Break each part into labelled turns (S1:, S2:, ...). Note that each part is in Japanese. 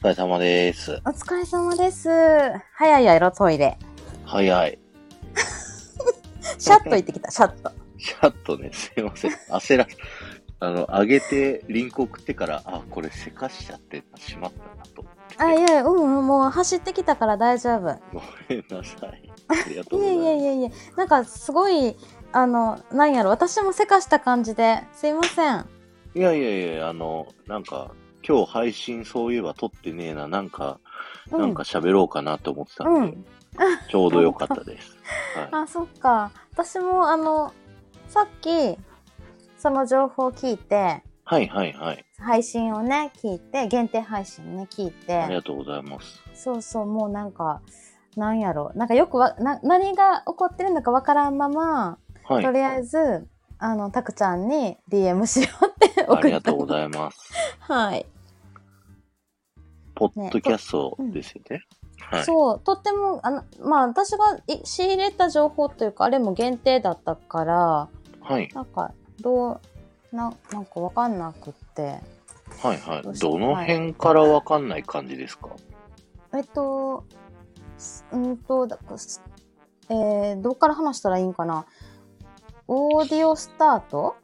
S1: 疲れ様です。
S2: お疲れ様です。早いやろ、トイレ。
S1: 早い。
S2: シャッと 行ってきた、シャッと。
S1: ちょっとね、すいません。焦ら、あの、上げて、リンク送ってから、あ、これ、せかしちゃって、しまったなと。
S2: あ、いやいや、うん、うんもう走ってきたから大丈夫。
S1: ごめんなさい。ありがと
S2: いう
S1: ご
S2: や
S1: ざい
S2: い
S1: ます。
S2: やいやいや、なんかすごい、あの、なんやろ、私もせかした感じで、すいません。
S1: いやいやいや、あの、なんか、今日配信そういえば撮ってねえな、なんか、
S2: うん
S1: なんか喋ろうかなと思ってたんで、
S2: うん
S1: ちょうどよかったです。は
S2: あ、そっか。私も、あの、さっき、その情報を聞いて、
S1: い、はい、はい、はい。
S2: 配信をね、聞いて、限定配信ね、聞い
S1: あり
S2: て、
S1: がとうございます。
S2: そうそう、もうなんか、なんやろ、なんかよくわ、な、何が起こってるのかわからんまま、
S1: はい。
S2: とりあえず、あの、たくちゃんに DM しようって送
S1: あ
S2: った。
S1: りがとうございます。
S2: はい。
S1: ポッドキャストですよね。はい。
S2: そう、とっても、あの、まあ、私がい仕入れた情報というか、あれも限定だったから、
S1: はい。
S2: なんか、どう、な、なんかわかんなくって。
S1: はいはい
S2: どう。し
S1: どの辺からわかんない感じですか
S2: えっと、すうんと、だすえー、どっから話したらいいんかな。オーディオスタート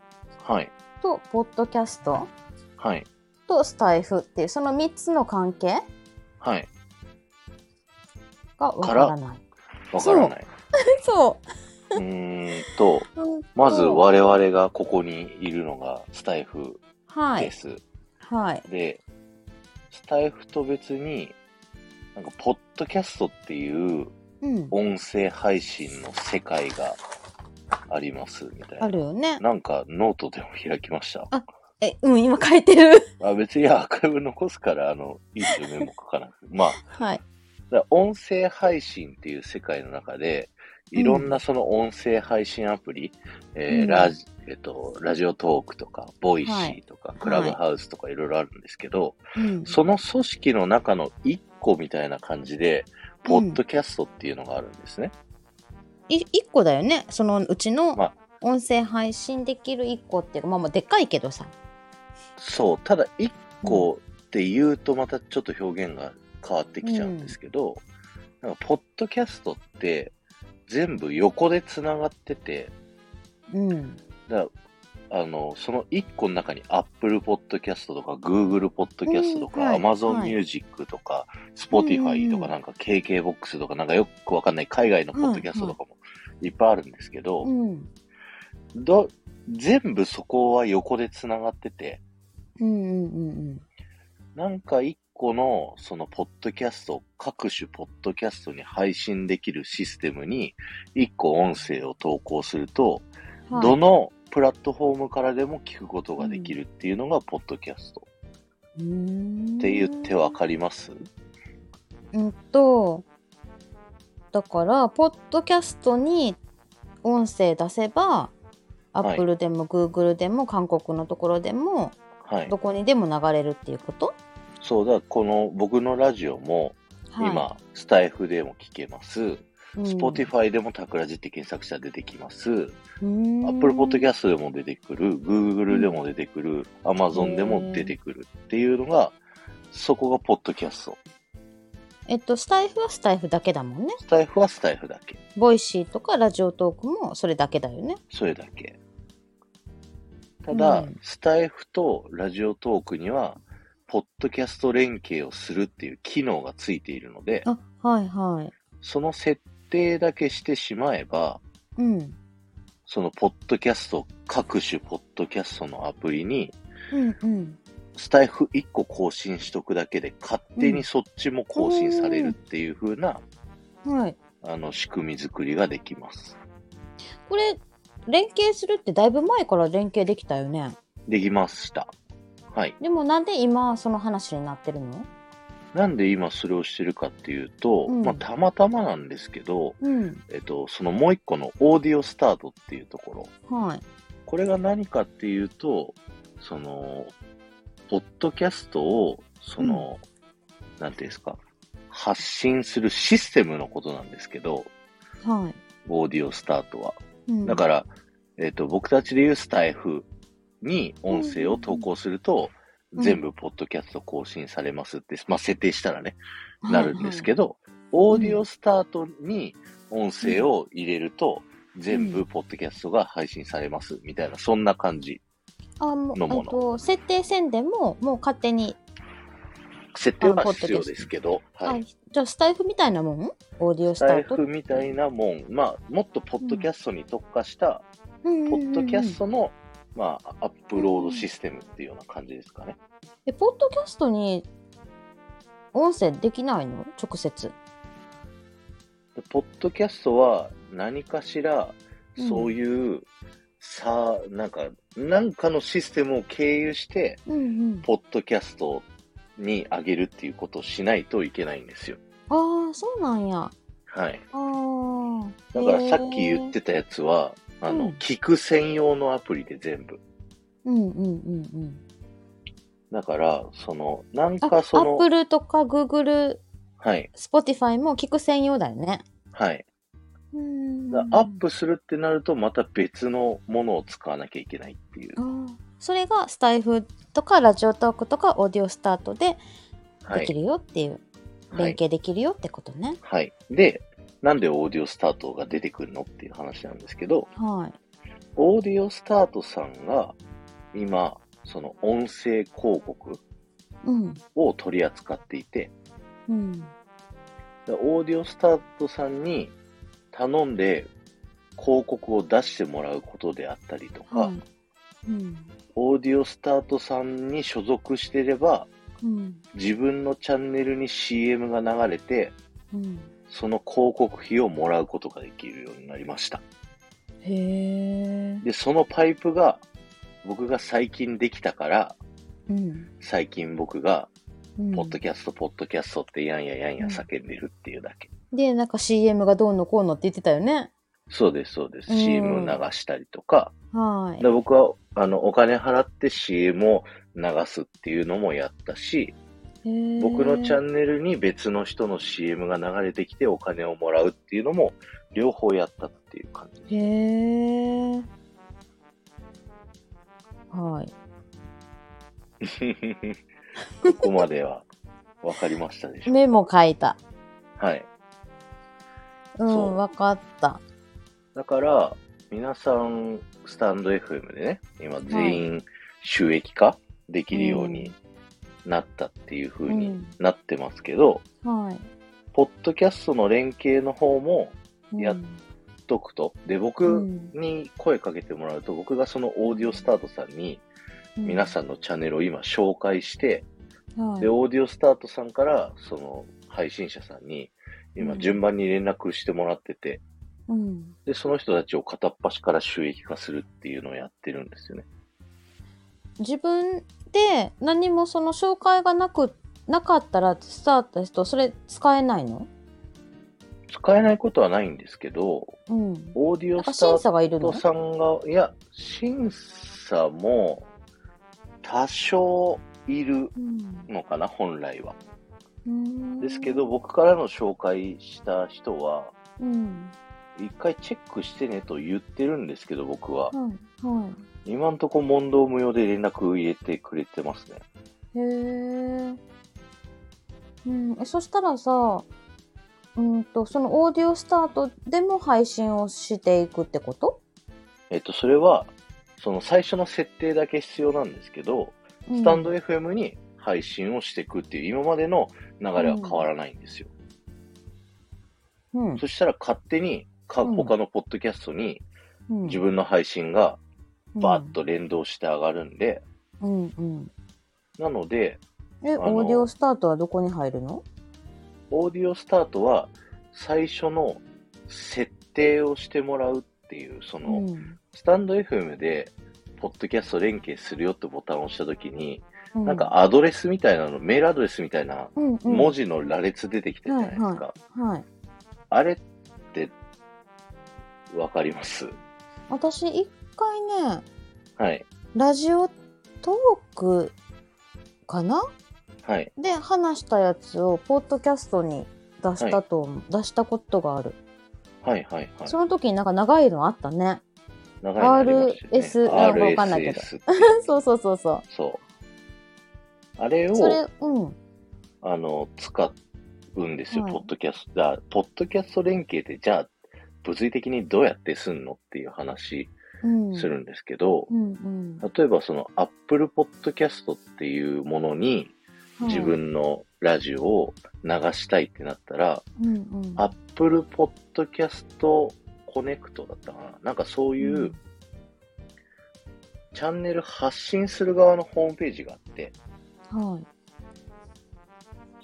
S1: はい。
S2: と、ポッドキャスト
S1: はい。
S2: と、スタイフっていう、その3つの関係
S1: はい。
S2: がわからない。
S1: わからない。
S2: そう
S1: ーんと、
S2: う。うんと
S1: まず我々がここにいるのがスタイフ
S2: はい
S1: で。す。
S2: はい。
S1: で、スタイフと別に、なんか、ポッドキャストっていう
S2: うん。
S1: 音声配信の世界がありますみたい
S2: あ
S1: な。
S2: るよね。
S1: なんか、ノートでも開きました。
S2: え、うん、今書いて る。
S1: あ別にアーカイブ残すから、あの、いいですよ、メモ書かなくて。まあ、
S2: はい。
S1: だから音声配信っていう世界の中で、いろんなその音声配信アプリ、えー
S2: うん
S1: ラジえっと、ラジオトークとか、ボイシ
S2: はい
S1: ーとか、クラブハウスとかいろいろあるんですけど、
S2: うん。
S1: その組織の中の一個みたいな感じで、ポッドキャストっていうのがあるんですね。
S2: い一個だよね。そのうち
S1: ま
S2: の
S1: あ
S2: 音声配信できる一個っていうか、まあまあでっかいけどさ。
S1: そう、ただ一個って言うとまたちょっと表現が変わってきちゃうんですけど、なんかポッドキャストって全部横で繋がってて、
S2: うん。
S1: だからあのその1個の中に Apple Podcast とか Google Podcast と
S2: うん
S1: か、
S2: はい
S1: Amazon
S2: はい
S1: Music とか、
S2: うん
S1: Spotify
S2: うん
S1: とかなんか KKBOX とかなんかよくわかんない海外のポッドキャストとかもいっぱいあるんですけど、
S2: うん。
S1: だ全部そこは横でつながってて
S2: うんうんうん
S1: なんか1個のそのポッドキャスト各種ポッドキャストに配信できるシステムに1個音声を投稿すると、
S2: うん。はい
S1: どのプラットフォームからでも聞くことができるっていうのが、ポッドキャスト
S2: うーん
S1: って言ってわかります
S2: うんと、だから、ポッドキャストに音声出せば、ア
S1: はい
S2: ップルでも Google でも韓国のところでも
S1: はい
S2: ど。こにでも流れるっていうこと、
S1: そうだ、この僕のラジオも、
S2: はい、
S1: 今、スタイフでも聞けます。
S2: うん、
S1: スポティファイでもタクラジって検索したら出てきます。
S2: うーん
S1: アップルポッドキャストでも出てくる、Google でも出てくる、Amazon でも出てくるっていうのが、そこがポッドキャスト。
S2: えっと、スタイフはスタイフだけだもんね。
S1: スタイフはスタイフだけ。
S2: ボイシーとかラジオトークもそれだけだよね。
S1: それだけ。ただ、
S2: うん
S1: スタイフとラジオトークには、ポッドキャスト連携をするっていう機能がついているので、
S2: あ、はいはい。
S1: その設定だけしてしまえば、
S2: うん。
S1: そのポッドキャスト、各種ポッドキャストのアプリに、
S2: うんうん。
S1: スタイフ1個更新しとくだけで、勝手にそっちも更新されるっていう風な、
S2: はい。
S1: あの、仕組み作りができます。
S2: これ、連携するってだいぶ前から連携できたよね。
S1: できました。はい。
S2: でもなんで今その話になってるの
S1: なんで今それをしてるかっていうと、
S2: うん
S1: まあ、たまたまなんですけど、
S2: うん。
S1: えっと、そのもう一個のオーディオスタートっていうところ。
S2: はい。
S1: これが何かっていうと、その、ポッドキャストを、その、なんていうんですか、発信するシステムのことなんですけど、
S2: は
S1: オーディオスタートは。
S2: い。うん
S1: だから、えっと、僕たちで言うスタイフに音声を投稿すると、
S2: うん
S1: 全部ポッドキャスト更新されますって、まあ設定したらね、
S2: はい
S1: なるんですけど、オーディオスタートに音声を入れると、全部ポッドキャストが配信されますみたいな、そんな感じ。
S2: あもう
S1: のもの
S2: えっと設定宣伝ももう勝手に、
S1: 設定は必要ですけど、はい
S2: あ。じゃあスタイフみたいなもんオーディオス
S1: ス
S2: タ
S1: タイ
S2: ート
S1: フみたいなもん、まあ、もっとポッドキャストに特化した、
S2: うんうんうん
S1: ポ
S2: うん
S1: ッドキャストの、まあ、アップロードシステムっていうような感じですかね。
S2: えポッドキャストに音声できないの直接
S1: でポッドキャストは何かしら、
S2: うん
S1: そういう、さあ、なんか、なんかのシステムを経由して、
S2: うんうん
S1: ポッドキャストに上げるっていうことをしないといけないんですよ。
S2: ああそうなんやあ
S1: はい。
S2: あ
S1: だからさっき言っててたやつは、あの、
S2: うん
S1: 聞く専用のアプリで全部。
S2: うんうんうんうん
S1: だから、その、なん
S2: あア
S1: かそ
S2: ッ
S1: の
S2: プ、ルとかグーグル
S1: はい、
S2: スポティファイも聞く専用だよね
S1: はい。
S2: うん
S1: だアップするってなると、また別のものを使わなきゃいけないっていう
S2: あ。ーそれがスタイフとかラジオトークとかオーディオスタートで
S1: は
S2: でき
S1: い。
S2: るよっていう、
S1: はい。
S2: 連携できるよってことね
S1: はい。で、なんでオーディオスタートが出てくるのっていう話なんですけど、
S2: はい
S1: オーディオスタートさんが、今、その音声広告
S2: うん
S1: を取り扱っていて、
S2: うん
S1: だからオーディオスタートさんに頼んで広告を出してもらうことであったりとか、
S2: はいうん
S1: オーディオスタートさんに所属してれば
S2: うん
S1: 自分のチャンネルに CM が流れて
S2: うん
S1: その広告費をもらうことができるようになりました
S2: へえ
S1: でそのパイプが僕が最近できたから
S2: うん
S1: 最近僕が
S2: うん
S1: ポッドキャスト、ポッドキャストってやんややんや叫んでるっていうだけ、
S2: でなんか CM がどうのこうのって言ってたよね
S1: そうですそうです、
S2: うん
S1: CM を流したりとか
S2: はい
S1: で僕はあのお金払って CM を流すっていうのもやったし、僕のチャ
S2: ン
S1: ンネルに別の人の CM が流れてきてお金をもらうっていうのも両方やったっていう感 じ。
S2: へえはい
S1: ここまでは分かりましたでしょう
S2: メモ書いた
S1: か。はい。
S2: う
S1: そうん
S2: わかった
S1: だから、皆さん、スタンド FM でね、今全員収益化できるようになったっていう風
S2: う
S1: に
S2: ん
S1: なってますけど、
S2: はい
S1: ポッドキャストの連携の方も
S2: うん
S1: やっドクと、で、僕、
S2: うん
S1: に声かけてもらうと、僕がそのオーディオスタートさんに、
S2: う
S1: 皆さんのチャンネルを今紹介して、
S2: はい
S1: で、オーディオスタートさんから、その配信者さんに、
S2: う
S1: 今
S2: ん
S1: 順番に連絡してもらってて、
S2: うん
S1: で、その人たちを片っ端から収益化するっていうのをやってるんですよね。
S2: 自分で何もその紹介がなくなかったらスタートした人それ使えないの
S1: 使えないことはないんですけど、
S2: うん
S1: オーディ
S2: な
S1: オ
S2: んか
S1: スタ
S2: 審
S1: ー
S2: 査がいる
S1: ト
S2: の
S1: さんが、いや、審査も多少いる
S2: うん
S1: のかな、本来は。
S2: うん
S1: ですけど、僕からの紹介した人は、
S2: うん
S1: 一回チェックしてねと言ってるんですけど、僕は。
S2: はいはい
S1: 今んとこ問答無用で連絡入れてくれてますね。
S2: へえ。うん、えそしたらさ、うんと、そのオーディオスタートでも配信をしていくってこと、
S1: えっと、それは、その最初の設定だけ必要なんですけど、
S2: うん、
S1: スタンド FM に配信をしていくっていう今までの流れは変わらないんですよ。
S2: うん、
S1: そしたら勝手にか
S2: うん
S1: 他のポッドキャストに
S2: うん
S1: 自分の配信がバーッと連動して上がるんで、
S2: うん、うん
S1: なので、
S2: うん。え、
S1: あの
S2: オーディオスタートはどこに入るの
S1: オーディオスタートは最初の設定をしてもらうっていう、その、
S2: うん
S1: スタンド FM で、ポッドキャスト連携するよってボタンを押したときに、
S2: うん、
S1: なんかアドレスみたいなの、メールアドレスみたいな
S2: うん、うん、
S1: 文字の羅列出てきてるじゃないですか。
S2: はいはい。
S1: あれって、わかります
S2: 私、一回ね、
S1: はい。
S2: ラジオトークかな
S1: はい。
S2: で、話したやつを、ポッドキャストに出したと思う、出したことがある。
S1: はいはいはい。
S2: その時になんか長いのあったね。
S1: 長いのありましたよね
S2: RS あわかんないけど
S1: RSS って
S2: そうそうそうそ
S1: そう。あれを、
S2: それ、うん。
S1: あの、使うんですよ、
S2: はい
S1: ポッドキャスト。だポッドキャスト連携って、じゃあ、物理的にどうやってすんのっていう話
S2: うん。
S1: するんですけど、
S2: うんうん。
S1: 例えばその Apple Podcast っていうものに
S2: はい
S1: 自。分のラジオを流したいってなったら、
S2: うんうん。
S1: Apple Podcast コネクトだったかななんかそういう、
S2: うん
S1: チャンネル発信する側のホームページがあって、
S2: はい。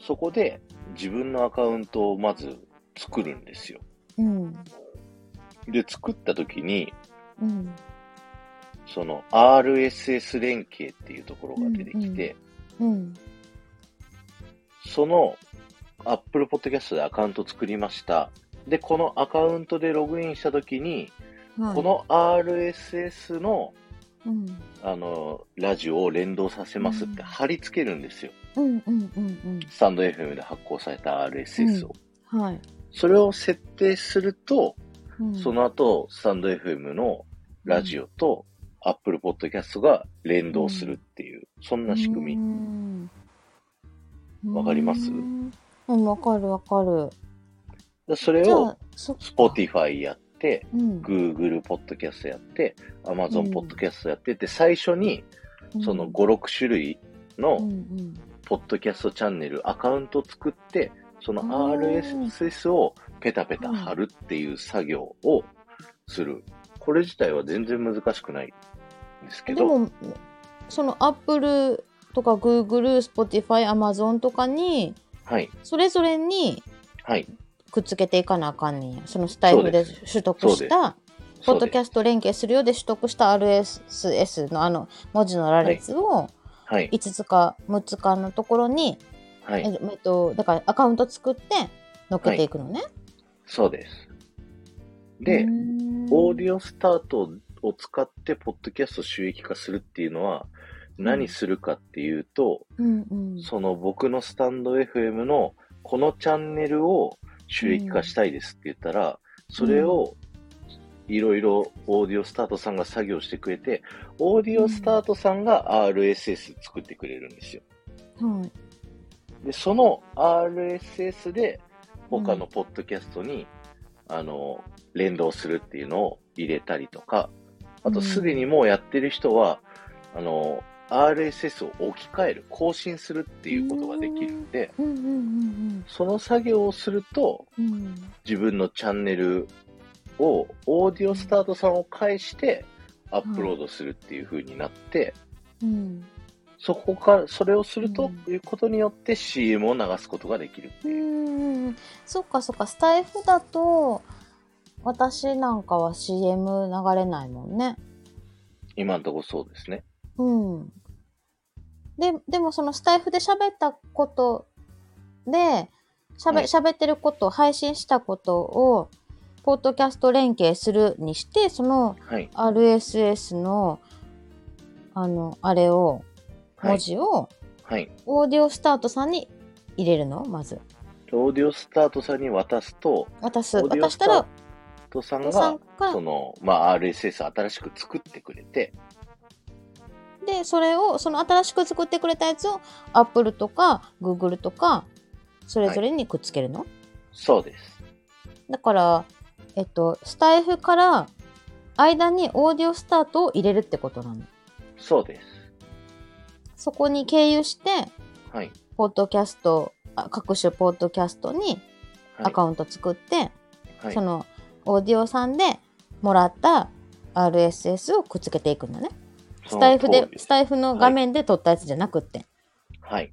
S1: そこで自分のアカウントをまず作るんですよ。
S2: うん。
S1: で、作った時に、
S2: うん。
S1: その RSS 連携っていうところが出てきて、
S2: うん。
S1: その Apple Podcast でアカウント作りました。で、このアカウントでログインした時に、
S2: はい。
S1: こ、の RSS の
S2: うん。
S1: あの、ラジオを連動させますって貼り付けるんですよ。
S2: うんうんうん
S1: スタンド FM で発行された RSS を。
S2: うん。はい。
S1: それを設定すると、
S2: うん
S1: そ、の後、スタンド FM のラジオと Apple Podcast が連動するっていう、そんな仕組み。
S2: み
S1: わかります
S2: うん、わかるわかる。
S1: だそれ
S2: じゃ
S1: を
S2: あ、そっか
S1: Spotify やって、
S2: うん、
S1: Google Podcast やって、
S2: う
S1: Amazon
S2: ん
S1: Podcast やってって、最初にその5、6種類の
S2: うんうん
S1: ポッドキャストチャンネル、アカウント作って、その
S2: あー
S1: RSS をペタペタ貼るっていう作業をする。これ自体は全然難しくないんですけ
S2: で
S1: ど、
S2: も、その Apple とか Google、Spotify、Amazon とかに、
S1: はい、
S2: それぞれに
S1: はい、
S2: くっつけていかなあかんねんや。そのスタイフで取得
S1: そうで
S2: した、ポッドキ
S1: ャス
S2: ャスト連携するようで取得した RSS のあの文字の羅列を
S1: ト。はい、
S2: 5つか6つかのところに、
S1: は
S2: え
S1: い、
S2: えっと、だからアカウント作って乗っけていくのね。
S1: そうです。で、オーディオスタートを使って、ポッドキャスト収益化するっていうのは、何するかっていうと、
S2: オ、うんうん、
S1: その僕のスタンド FM のこのチャンネルを収益化したいですって言ったら、それをいろいろオーディオスタートさんが作業してくれて、オーディオスタートさんが RSS 作ってくれるんですよ。
S2: はい。
S1: で、その RSS で他のポッドキャストに、あの、連動するっていうのを入れたりとか、あ
S2: う
S1: と
S2: ん
S1: すでにもうやってる人は、あの、RSS を置き換える、更新するっていうことができるんで、
S2: うんうんうん
S1: その作業をすると、
S2: うんうん。
S1: 自分のチャンネルをオーディオスタートさんを介してアップロードするっていう風になって、
S2: うん
S1: そこから、それをすると
S2: うん、
S1: いうことによって CM を流すことができるって
S2: う
S1: いう。
S2: んうんそっかそっかスタイフだと私なんかは CM 流れないもんね。
S1: 今のところそうですね。
S2: うん。ででもそのスタイフで喋ったことで喋、
S1: はい
S2: 喋ってること配信したことをポッドキャスト連携するにしてその
S1: はい。
S2: RSS のあのあれを
S1: は
S2: 文
S1: い。
S2: 字を
S1: はい。
S2: オーディオスタートさんに入れるのまず
S1: オーディオスタートさんに渡すと、
S2: 渡す
S1: オーディ
S2: 渡
S1: オ
S2: し
S1: ス
S2: た
S1: タ
S2: ら
S1: ートさん
S2: おさ
S1: が
S2: ん、から
S1: その、まあ、RSS 新しく作ってくれて、
S2: でそれをその新しく作ってくれたやつを Apple とか Google とかそれぞれにくっつけるの、
S1: そうです。
S2: だからえっとスタイフから間にオーディオスタートを入れるってことなの
S1: そうです。
S2: そこに経由して
S1: はい。
S2: ポッドキャストあ各種ポッドキャストに
S1: はい
S2: アカウント作って、
S1: はい
S2: そ。のオーディオさんでもらった RSS をくっつけていくんだね
S1: そ
S2: ス
S1: の
S2: タイフで
S1: 通りす
S2: スタイフの画面で撮ったやつじゃなくって、
S1: はい。っ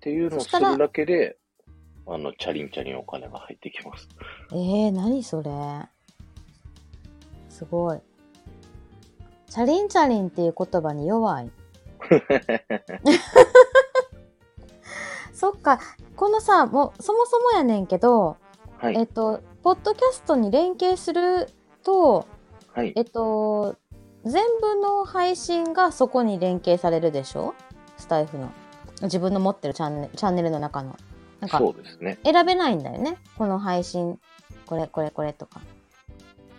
S1: ていうのを
S2: そし
S1: す
S2: たら
S1: るだけで、あの、チャリンチャリンお金が入ってき ます。
S2: えー、何それすごい。チャリンチャリンっていう言葉に弱い。そっか、このさ、もうそもそもやねんけど、
S1: は
S2: え
S1: い
S2: っ。と、ポッドキャストに連携すると、
S1: はい
S2: え。っと、全部の配信がそこに連携されるでしょスタイフの。自分の持ってるチャンネルチャンネルの中の。なんか、
S1: そうですね。
S2: 選べないんだよね。この配信、これ、これ、これとか。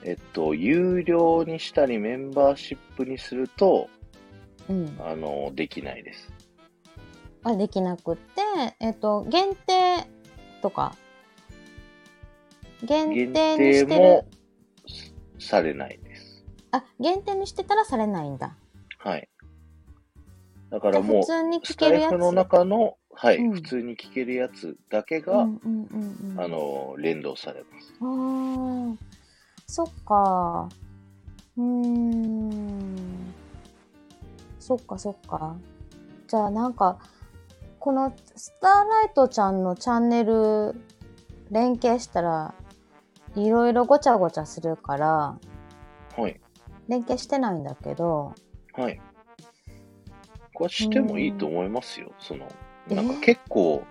S1: えっと、有料にしたり、メンバーシップにすると、
S2: うん。
S1: あの、できないです。
S2: はできなくって、えっ、と、限定とか、限
S1: 限
S2: 定にし
S1: 定
S2: てる
S1: も、されないです。
S2: あ、限定にしてたらされないんだ。
S1: はい。だか
S2: じ
S1: ら
S2: ゃあ
S1: も
S2: 普
S1: う、
S2: 通に聞
S1: ス
S2: け
S1: タ
S2: る
S1: イ
S2: やつ。
S1: フの中の、はい、
S2: うん
S1: 普通に聞けるやつだけ
S2: う
S1: が、
S2: んうんうんうん、
S1: あの、連動されます。
S2: あーそっか。うーん。そっかそっか。じゃあなんか、このスターライトちゃんのチャンネル連携したら、いろいろごちゃごちゃするから、
S1: はい。
S2: 連携してないんだけど、
S1: はい。これはしてもいいと思いますよ。その、なん
S2: え
S1: か結構、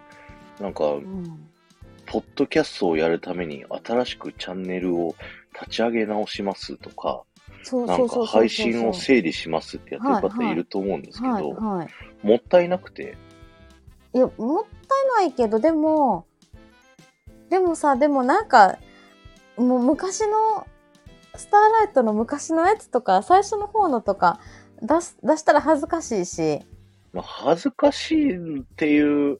S1: なんか、
S2: うん、
S1: ポッドキャストをやるために新しくチャンネルを立ち上げ直しますとか、
S2: そう
S1: な
S2: そ
S1: ん
S2: うそ
S1: か
S2: うそうそう。
S1: 配信を整理しますってやってる方いると思うんですけ
S2: はい
S1: ど、
S2: はい。
S1: もったいなくて、
S2: いや、もったいないけど、でも、でもさ、でもなんか、もう昔の、スターライトの昔のやつとか、最初の方のとか、出す、出したら恥ずかしいし、
S1: まあ、恥ずかしいっていう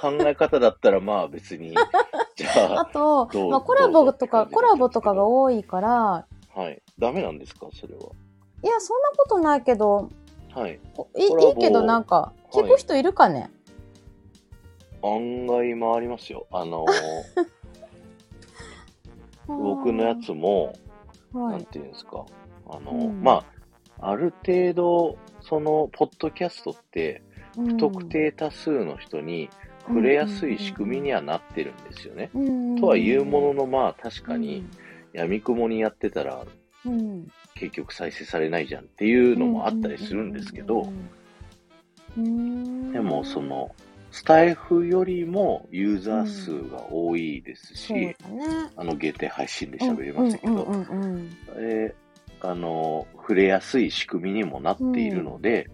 S1: 考え方だったら、まあ別 に、じゃ
S2: あ
S1: あ、
S2: と
S1: ど、う
S2: まあコラボ
S1: どうぞ
S2: とか、
S1: って感じ
S2: コラボとかが多いから、
S1: はい。ダメなんですかそれ
S2: いや、そんなことないけど、
S1: は。はい。
S2: こいいい
S1: コラボ
S2: けどなんか、聞く人いるかね、
S1: 案外回りますよ。あ のー僕のやつも、
S2: うん。は
S1: なん
S2: い。
S1: ていうんですか。あのー
S2: うん
S1: まあ、ある程度、その、ポッドキャストって、不特定多数の人に触れやすい仕組みにはなってるんですよね。
S2: うん、
S1: とはいうも
S2: の
S1: のの、まあ確かに、、闇雲にやってたら、
S2: うん、
S1: 結局再生されないじゃんっていう
S2: う
S1: のもあったりするんですけど、
S2: うん、
S1: でもその、スタイフよりもユーザー数が多いですし、
S2: そうだね。
S1: あの限定配信で喋りましたけ
S2: う
S1: ど、
S2: んうんうんうん
S1: えーあの、触れやすい仕組みにもなっているので、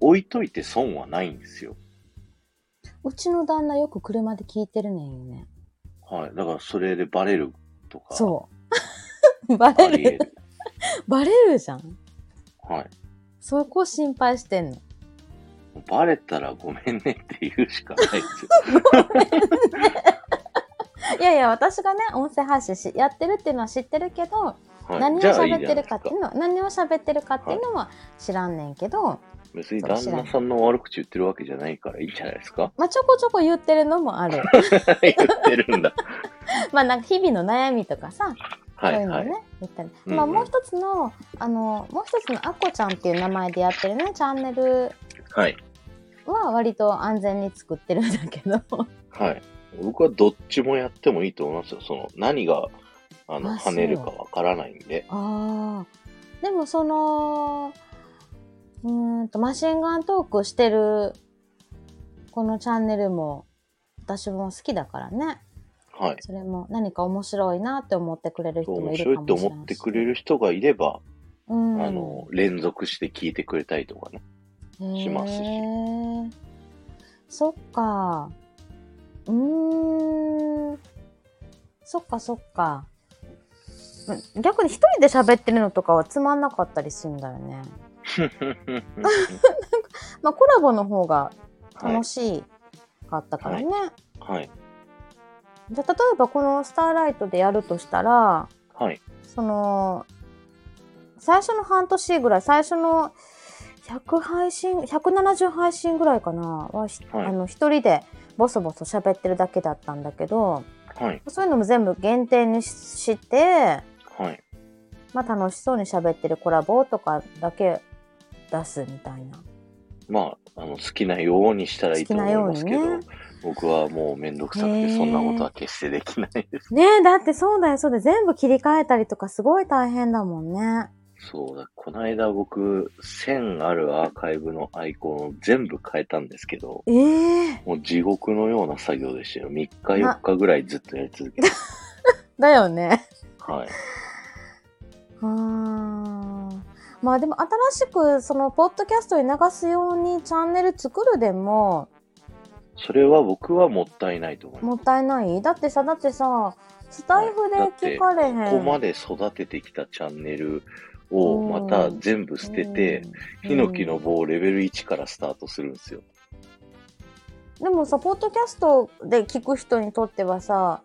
S1: 置いといて損はないんですよ。
S2: うちの旦那よく車で聞いてるねんよね。
S1: はい。だからそれでバレるとか、
S2: そう。 バ
S1: あ
S2: レ
S1: り
S2: る。
S1: 得る。
S2: バレるじゃん。
S1: はい。
S2: そこ心配してんの。
S1: バレたらごめんねって言うしかないですよ。
S2: いやいや、私がね、音声配信しやってるっていうのは知ってるけど、
S1: はい、
S2: 何を
S1: じゃあいい
S2: 喋
S1: じ
S2: っ
S1: ゃないで
S2: てる
S1: す
S2: か
S1: か
S2: っていうのは、何を喋ってるかっていうのは知らんねんけど、
S1: 別に旦那さんの悪口言ってるわけじゃないからいいんじゃないですか
S2: まあちょこちょこ言ってるのも ある。
S1: 言ってるん だ。
S2: まあなんか日々の悩みとかさ、
S1: は
S2: そうい
S1: いうは
S2: の
S1: い。
S2: ね、言ったり。
S1: うんうん
S2: まあもう一つの、あの、もう一つのあこちゃんっていう名前でやってるね、チャンネル
S1: はい。
S2: は割と安全に作ってるんだけ ど。
S1: はい。僕はどっちもやってもいいと思いますよ。その、何が、あの、
S2: あそ
S1: 跳
S2: う
S1: ねるかわからないんで。
S2: ああ。でもその、うーんと、マシンガントークしてる、このチャンネルも、私も好きだからね。
S1: はい。
S2: それも何か面白いなって思ってくれる人
S1: そう
S2: も
S1: 面
S2: い
S1: 白
S2: る
S1: い
S2: か
S1: って
S2: もしれない
S1: 思ってくれる人がいれば、
S2: うん、
S1: あの、連続して聞いてくれたりとかね。しますし
S2: へーそっか。うーん。そっかそっか。うん逆に一人で喋ってるのとかはつまんなかったりするんだよね。まあコラボの方が
S1: はい
S2: 楽。しかったからね。
S1: はい。
S2: じゃあ例えばこのスターライトでやるとしたら、
S1: はい。
S2: その、最初の半年ぐらい、最初の100配信、170配信ぐらいかな、はひ、
S1: はい
S2: あの、一人でボソボソ喋ってるだけだったんだけど、
S1: はい。
S2: そういうのも全部限定にしして、
S1: はい。
S2: まあ楽しそうに喋ってるコラボとかだけ出すみたいな。
S1: まあ、あの、好きなようにしたらいいと思いますけ
S2: 好き
S1: ど
S2: なように、
S1: 僕はもうめんどくさく
S2: へ
S1: て、
S2: ー
S1: そんなことは決してできないです。
S2: ねえ、だってそうだよ、そうだよ。全部切り替えたりとかすごい大変だもんね。
S1: そうだ、この間僕、1000あるアーカイブのアイコンを全部変えたんですけど、
S2: ええ
S1: もう地獄のような作業でしたよ。3日4日ぐらいずっとやり続けて。
S2: だよね。
S1: はい。
S2: うーんまあでも新しくそのポッドキャストに流すようにチャンネル作るでも
S1: それは僕はもったいないと思いま
S2: もったいないだってさだってさスタイフで聞かれへん、
S1: す。ここまで育ててきたチャンネルを
S2: うん
S1: また全部捨てて、、
S2: うん
S1: ヒノキの棒をレベル1からスタートするんですよ。
S2: でもさポッドキャストで聞く人にとってはさ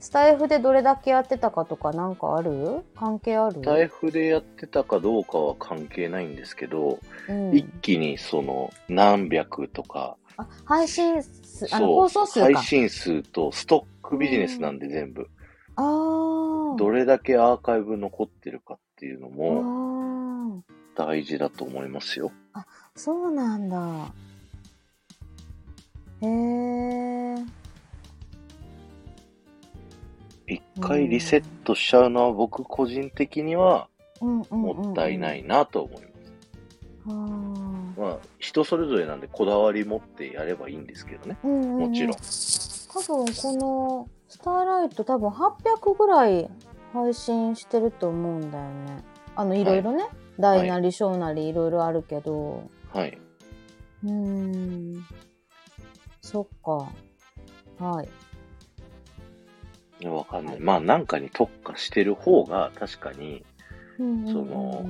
S2: スタイフでどれだけやってたかとかなんかある関係ある
S1: スタイフでやってたかどうかは関係ないんですけど、
S2: うん
S1: 一気にその何百とか、
S2: あ配信数あの
S1: そう
S2: 放送数
S1: 配
S2: か
S1: 信数とストックビジネスなんで全部、
S2: あー
S1: どれだけアーカイブ残ってるかっていうの
S2: あ
S1: も
S2: ー
S1: 大事だと思いますよ。
S2: そうなんだへえ
S1: 一回リセットしちゃうのは僕個人的にはも
S2: も
S1: ったいないなと思います。
S2: も
S1: まあ人それぞれなんでこだわり持ってやればいいんですけどね。もちろん。
S2: 多分このスターライト多分800ぐらい配信してると思うんだよねあのいろいろね、大なり小なりいろいろあるけど、
S1: はい。
S2: うーんそっかはい
S1: いやわかんない。まあなんかに特化してる方が確かに、
S2: うんうんうん
S1: その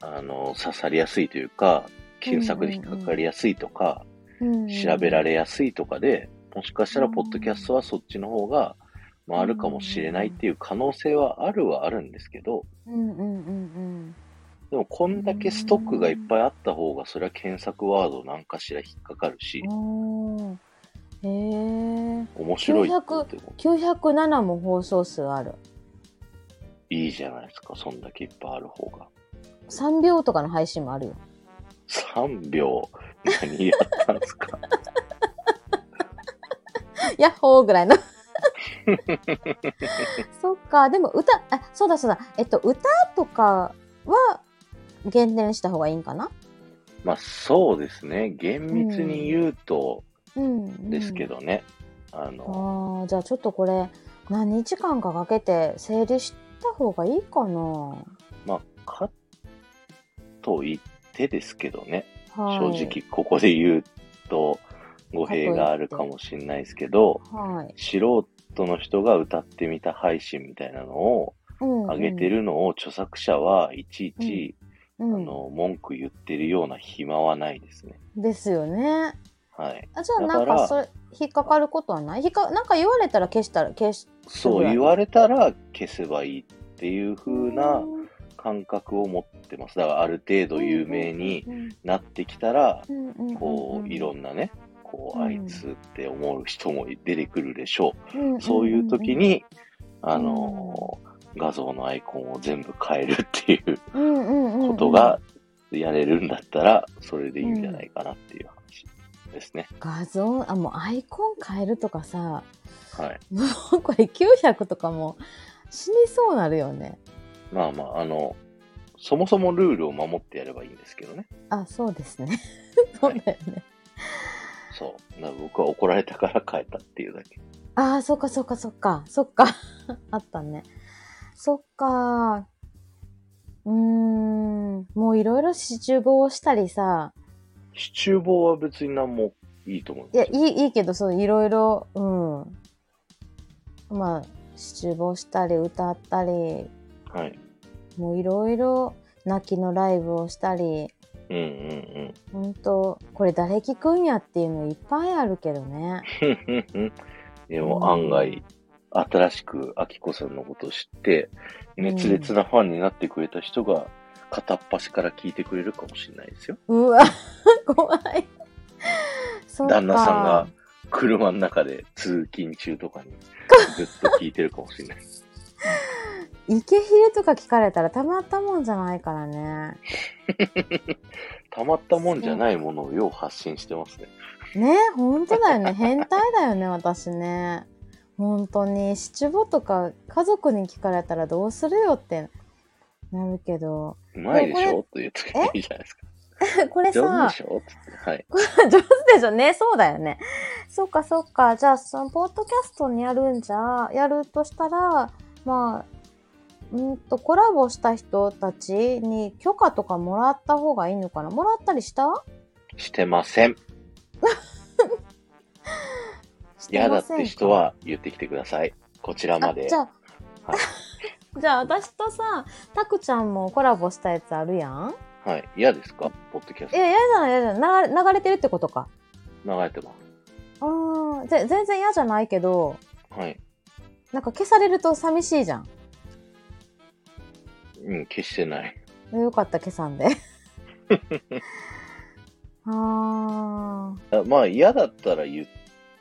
S1: あの、刺さりやすいというか、検索で引っかかりやすいとか、
S2: うん
S1: 調べられやすいとかで、もしかしたらポッドキャストはそっちの方が、まああるかもしれないっていう可能性はあるはあるんですけど、
S2: うんうんうん
S1: でもこんだけストックがいっぱいあった方が、それは検索ワードなんかしら引っかかるし
S2: うん、おーへえ
S1: 面白いって言っても
S2: 907も放送数ある
S1: いいじゃないですか、そんだけいっぱいある方が。
S2: 3秒とかの配信もあるよ
S1: 3秒、何やったんですか
S2: ヤッホーぐらい の。そっか、でも歌、あ、そうだそうだ、えっと、歌とかは減点した方がいいんかな
S1: まあそうですね、厳密に言うと
S2: うん、うん
S1: ですけ。どね、あの、
S2: ああ、じゃあちょっとこれ、何時間かかけて整理した方がいいかな。
S1: まあ、かと言ってですけどね、
S2: はい、
S1: 正。直ここで言うと語弊があるかもしれないですけど、
S2: はい。
S1: 素人の人が歌ってみた配信みたいなのを
S2: うんうん
S1: 上げて、るのを著作者はいちいち、
S2: うん
S1: あの文句言ってるような暇はないですね。
S2: ですよね。
S1: はい。
S2: あじゃあな
S1: だ
S2: ん
S1: か
S2: からそれ引っかかることはない引っかなんか言われたら消したら消し
S1: そう言われたら消せばいいっていう風な感覚を持ってます。だからある程度有名になってきたら、こういろんなね、こう
S2: うん
S1: あいつって思う人も出てくるでしょう。
S2: うん
S1: そういう時、に、あ
S2: ん
S1: のー画像のアイコンを全部変えるっていう
S2: うんうんうんうん
S1: ことがやれるんだったら、それでいいんじゃないかなっていう話ですね。
S2: 画像あもうアイコン変えるとかさ
S1: はい。
S2: もうこれ900とかも死にそうなるよね
S1: まあまあ、あの、そもそもルールを守ってやればいいんですけどね。
S2: あそうですねそ
S1: は
S2: う
S1: い
S2: だよね
S1: そう。だから僕は怒られたから変えたっていうだけ。
S2: あーそっかそっかそっかそっか あったねそっかうーんもういろいろ支柱棒をしたりさ
S1: 支柱棒は別に何もいいと思います
S2: いやいいいいけどそういろいろうんまあ支柱棒したり歌ったり
S1: はい。
S2: もういろいろ泣きのライブをしたり
S1: うんうん
S2: 本当これ誰聞くんやっていうのいっぱいあるけどね
S1: うん。 でも案外、新しくアキコさんのことを知って、熱烈なファンになってくれた人が、片っ端から聞いてくれるかもしれないですよ。
S2: うわ 怖いそっか
S1: 旦那さんが車の中で通勤中とかにずっと聞いてるかもしれない。
S2: 池ひれとか聞かれたらたまったもんじゃないからね
S1: たまったもんじゃないものをよう発信してますね。
S2: ね本当だよね 変態だよね私ね本当にシチュボとか家族に聞かれたらどうするよってなるけど
S1: うまいでし
S2: で
S1: ょ
S2: も
S1: と言っていいじゃないですか。
S2: これさ
S1: 上手でしょつって。はい。
S2: 上手でしょねそうだよね。そっかそっか。じゃあ、その、ポッドキャストにやるんじゃ、やるとしたら、まあ、うんと、コラボした人たちに許可とかもらった方がいいのかなもらったりした
S1: してません。
S2: し
S1: 嫌だ
S2: ま
S1: っ
S2: せんか
S1: て人は言ってきてください。こちらま
S2: あ
S1: で
S2: じ。ゃあ、 じゃあ私とさ、たくちゃんもコラボしたやつあるやん
S1: はい。嫌ですかポッドキャス
S2: いや、嫌じゃない、嫌じゃない。流れ流れてるってことか。
S1: ト。流れてま
S2: うん。ぜ全然嫌じゃないけど、
S1: す。はい。
S2: なんか消されると寂しいじゃん。
S1: うん、決してない。
S2: よかった、消さ んで。あー。
S1: あまあ、嫌だったら言っ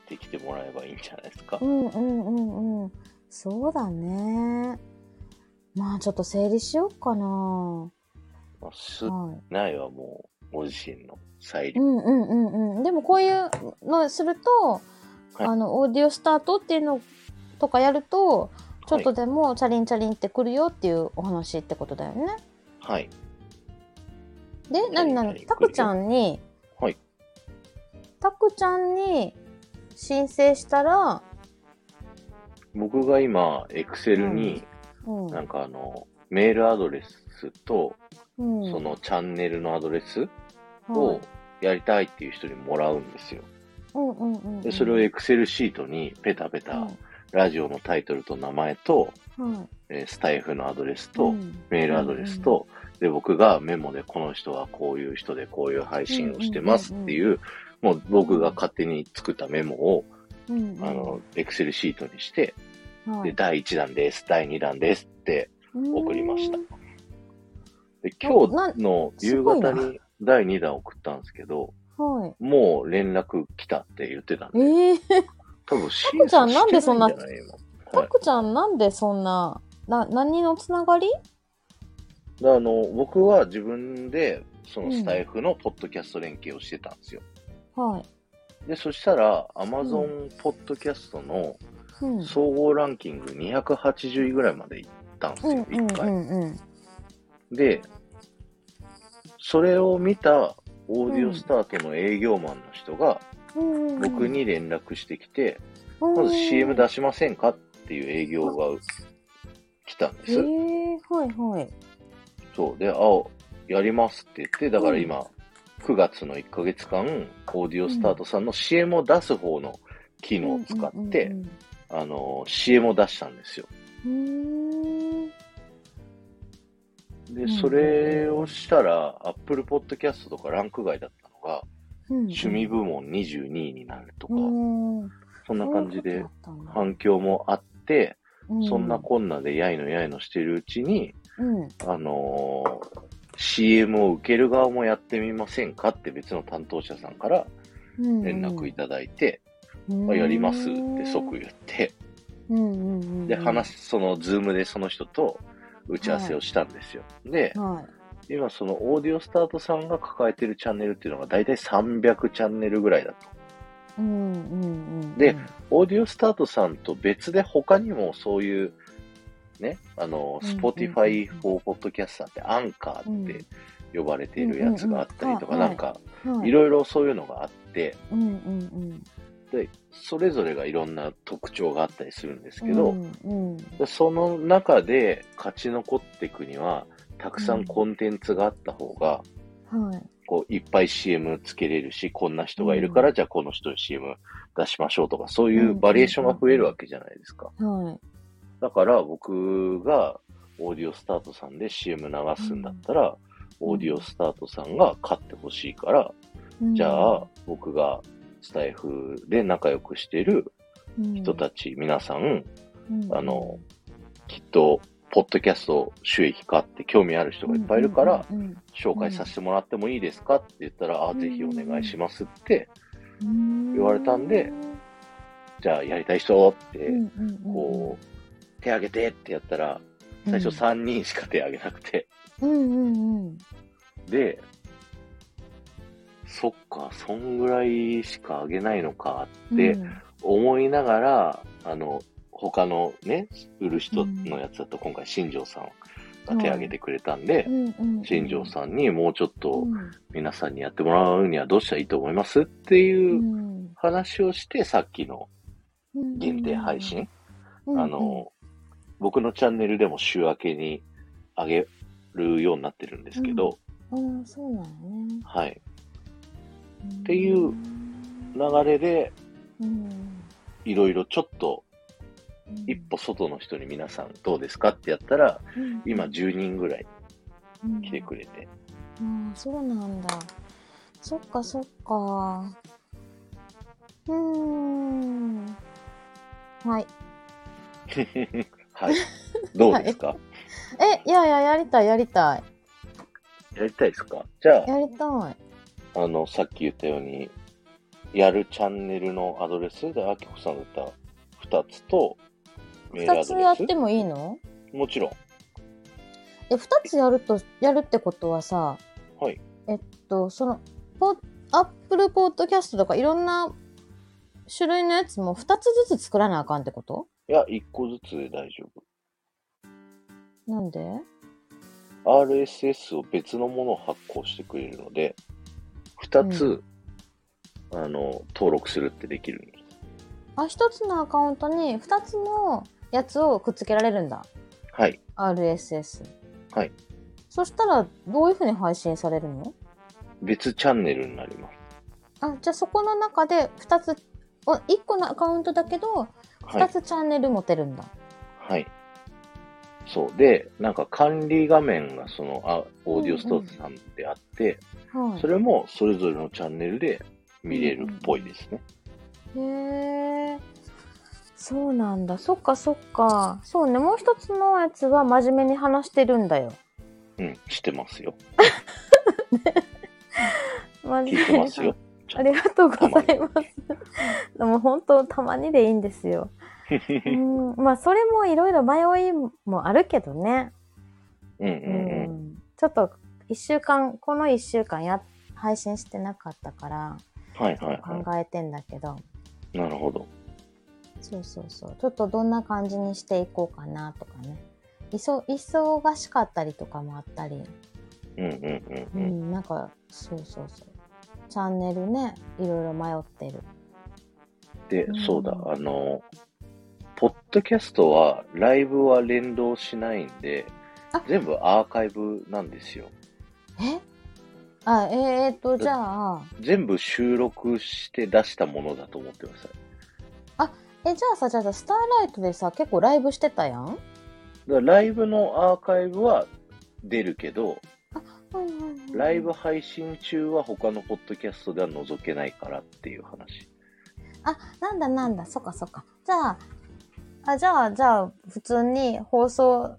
S1: てきてもらえばいいんじゃないですか
S2: う。んうんうんうん。そうだね。まあちょっと整理しようかな。
S1: まあ、す
S2: はい。
S1: ないはもう、ご自身の裁
S2: う
S1: 量。
S2: んうんうんうん。でもこういうのすると、
S1: はい
S2: あの、オーディオスタートっていうのとかやると、ちょっと
S1: はい。
S2: でもチャリンチャリンってくるよっていうお話ってことだよね。
S1: はい、
S2: で、なにな
S1: チャリンチャリン
S2: に、たくちゃんに、
S1: はい。
S2: たくちゃんに申請したら、
S1: 僕が今、エクセルに、
S2: うん。
S1: なんかあの、メールアドレスと、
S2: うん、
S1: そのチャンネルのアドレス
S2: は
S1: を
S2: い、
S1: やりたいっていう人にもらうんですよ。
S2: うんうんうんうん。
S1: で、それをエクセルシートにペタペタ、ラジオのタイトルと名前と、
S2: うんはい
S1: えースタイフのアドレスと、
S2: うん
S1: メールアドレスと、で、僕がメモでこの人はこういう人でこういう配信をしてますっていう、もう僕が勝手に作ったメモを、
S2: うんうん
S1: あの、エクセルシートにして、
S2: はい
S1: で、第1弾です、第2弾ですって、送りました
S2: う
S1: で
S2: お
S1: 今
S2: な
S1: 日の夕
S2: す
S1: 方
S2: ごい
S1: に第2弾送ったんですけど、
S2: ーんはい。
S1: もう連絡来たって言ってたんで、
S2: ええ
S1: 多分審
S2: くちゃん
S1: 査してないんじゃない
S2: なんで
S1: 今
S2: た
S1: はい
S2: くちゃんなんでそんな、な、何のつながり
S1: であの僕は自分でそのスタイフのポッドキャスト連携をしてたんですよ。
S2: はい。
S1: で、そしたら Amazon ポッドキャストの
S2: うん。
S1: 総合ランキング280位ぐらいまで行ったんです
S2: う
S1: よ、
S2: んうん
S1: 1
S2: う
S1: 回。
S2: んうん。
S1: で、それを見たオーディオスタートの営業マンの人が
S2: うんうん
S1: 僕に連絡してきて、
S2: うん、
S1: まず CM 出しませんかっていう営業が来たんで
S2: え
S1: す。
S2: えはいはい。
S1: そう。で、あ、やりますって言って、だから今、9月の1ヶ月間、オーディオスタートさんの CM を出す方の機能を使って、あの、CM を出したんですよ。
S2: うんうんうん。うーんう
S1: で、
S2: ん
S1: それをしたら、Apple Podcast とかランク外だったのが、
S2: うんうん
S1: 趣味部門22位になるとか、
S2: うん
S1: そんな感じで
S2: そういうことだったんだ
S1: 反響もあって、
S2: うん
S1: そんなこんなでやいのやいのしてるうちに、
S2: うん
S1: あのー CM を受ける側もやってみませんかって別の担当者さんから
S2: うん
S1: 連絡いただいて、
S2: うん
S1: あやりますって即言って、
S2: うんうんうん
S1: で、話、その、ズームでその人と打ち合わせをしたんですよ。で、
S2: は
S1: 今そのオーディオスタートさんが抱えてるチャンネルっていうのが大体300チャンネルぐらいだと。
S2: い。うんうんうんうん。
S1: でオーディオスタートさんと別で他にもそういう、ね、あの、
S2: うんうんうん
S1: Spotify for Podcaster ってアンカーって呼ばれているやつがあったりとか、
S2: うんうんう
S1: な
S2: ん
S1: んか、
S2: はい
S1: いろいろそういうのがあって、
S2: うんうんうん。
S1: で、それぞれがいろんな特徴があったりするんですけ
S2: う
S1: ど、
S2: んうん
S1: でその中で勝ち残っていくには、たくさんコンテンツがあった方が、
S2: はい。
S1: こう、いっぱい CM つけれるし、こんな人がいるから、じゃあこの人に CM 出しましょうとか、そういうバリエーションが増えるわけじゃないですか。
S2: はい。
S1: だから僕がオーディオスタートさんで CM 流すんだったら、
S2: うん
S1: オーディオスタートさんが勝ってほしいから、
S2: うん
S1: じゃあ、僕がスタイフで仲良くしてる人たち、皆さん、
S2: うん
S1: あの、きっと、ポッドキャスト収益化って興味ある人がいっぱいいるから、
S2: うんうん
S1: 紹介させてもらってもいいですかって言ったら、あ、ぜひお願いしますって、
S2: うん、
S1: 言われたんでじゃあやりたい人って、
S2: うんうんうんうん、
S1: こう、手挙げてってやったら、最初3人しか手挙げなくて、
S2: うんうんうん
S1: で、そっか、そんぐらいしかあげないのかっ
S2: うん、
S1: て
S2: うん
S1: 思いながら、あの、他のね、売る人のやつだと今回新庄さんが手挙げてくれたんで、
S2: うんうんうん、
S1: 新庄さんにもうちょっと
S2: うん
S1: 皆さんにやってもらうにはどうしたらいいと思いますっていう
S2: うん
S1: 話をして、さっきの
S2: うん
S1: 限定配信、
S2: うんうん
S1: あの、僕のチャンネルでも週明けに上げるようになってるんですけど、
S2: うん、あーそうなんやね。
S1: はい。
S2: って
S1: いう流れで、
S2: うん、
S1: いろいろちょっと
S2: うん
S1: 一歩外の人に皆さんどうですかってやったら、今10人ぐらい来てくれて、
S2: うん、ああそうなんだそっかそっかうーんはい
S1: はい。どうですか、
S2: えいやいややりたいやりたい
S1: やりたいですかじゃ
S2: やりたい
S1: あ、あの、さっき言ったように、やるチャンネルのアドレスで、あきこさんだったら2つと、メール
S2: 2
S1: ア
S2: つや
S1: ド
S2: っ
S1: レ
S2: てもいいの
S1: スもちろん。
S2: え2つやるとやるってことはさ
S1: はい。
S2: えっとそのポアップルポッドキャストとかいろんな種類のやつも2つずつ作らなあかんってこと
S1: いや、1個ずつで大丈
S2: なんで
S1: 夫。RSS を別のものを発行してくれるので、2つ、あの、登録するってできるんです。
S2: あ1つのアカウントに2つのやつをくっつけられるんだ
S1: はい。
S2: RSS
S1: はい
S2: そしたらどういうふうに配信されるの
S1: 別チャンネルになります。
S2: あじゃあそこの中で2つお1個のアカウントだけど
S1: はい
S2: 2。つチャンネル持てるんだ、
S1: はい。そう。で、なんか管理画面がその、あ、オーディオストーツさんであって、
S2: はい
S1: それもそれぞれのチャンネルで見れるっぽいですね。
S2: へえそうなんだそっかそっかそうねもう一つのやつは真面目に話してるんだよ
S1: うん、してますよ。
S2: 真
S1: 聞い
S2: 面
S1: て
S2: 目
S1: ま
S2: に
S1: す よ。ちゃ
S2: あ
S1: んと
S2: りがとうございますでも本当たまにでいいんですようんまあそれもいろいろ迷いもあるけどね
S1: うんう
S2: うん
S1: うん。
S2: ちょっと1週間この1週間や配信してなかったから
S1: はいはい
S2: 考
S1: は
S2: えてんだけど、
S1: い。なるほど。
S2: そうそうそうちょっとどんな感じにしていこうかなとかねいそ忙しかったりとかもあったり、
S1: うんうん
S2: う
S1: うんうん。
S2: ん、なんかそうそうそうチャンネルねいろいろ迷ってる
S1: で
S2: う、ん
S1: そうだ、あの、ポッドキャストはライブは連動しないんで
S2: あ、
S1: 全部アーカイブなんですよ。
S2: えあえー、えーっとじゃあ
S1: 全部収録して出したものだと思ってください。
S2: えじゃあさじゃあさスターライトでさ結構ライブしてたやん
S1: だからライブのアーカイブは出るけど、ライブ配信中は他のポッドキャストでは覗けないからっていう話。
S2: あなんだなんだそっかそっかじゃああじゃあじゃあ普通に放送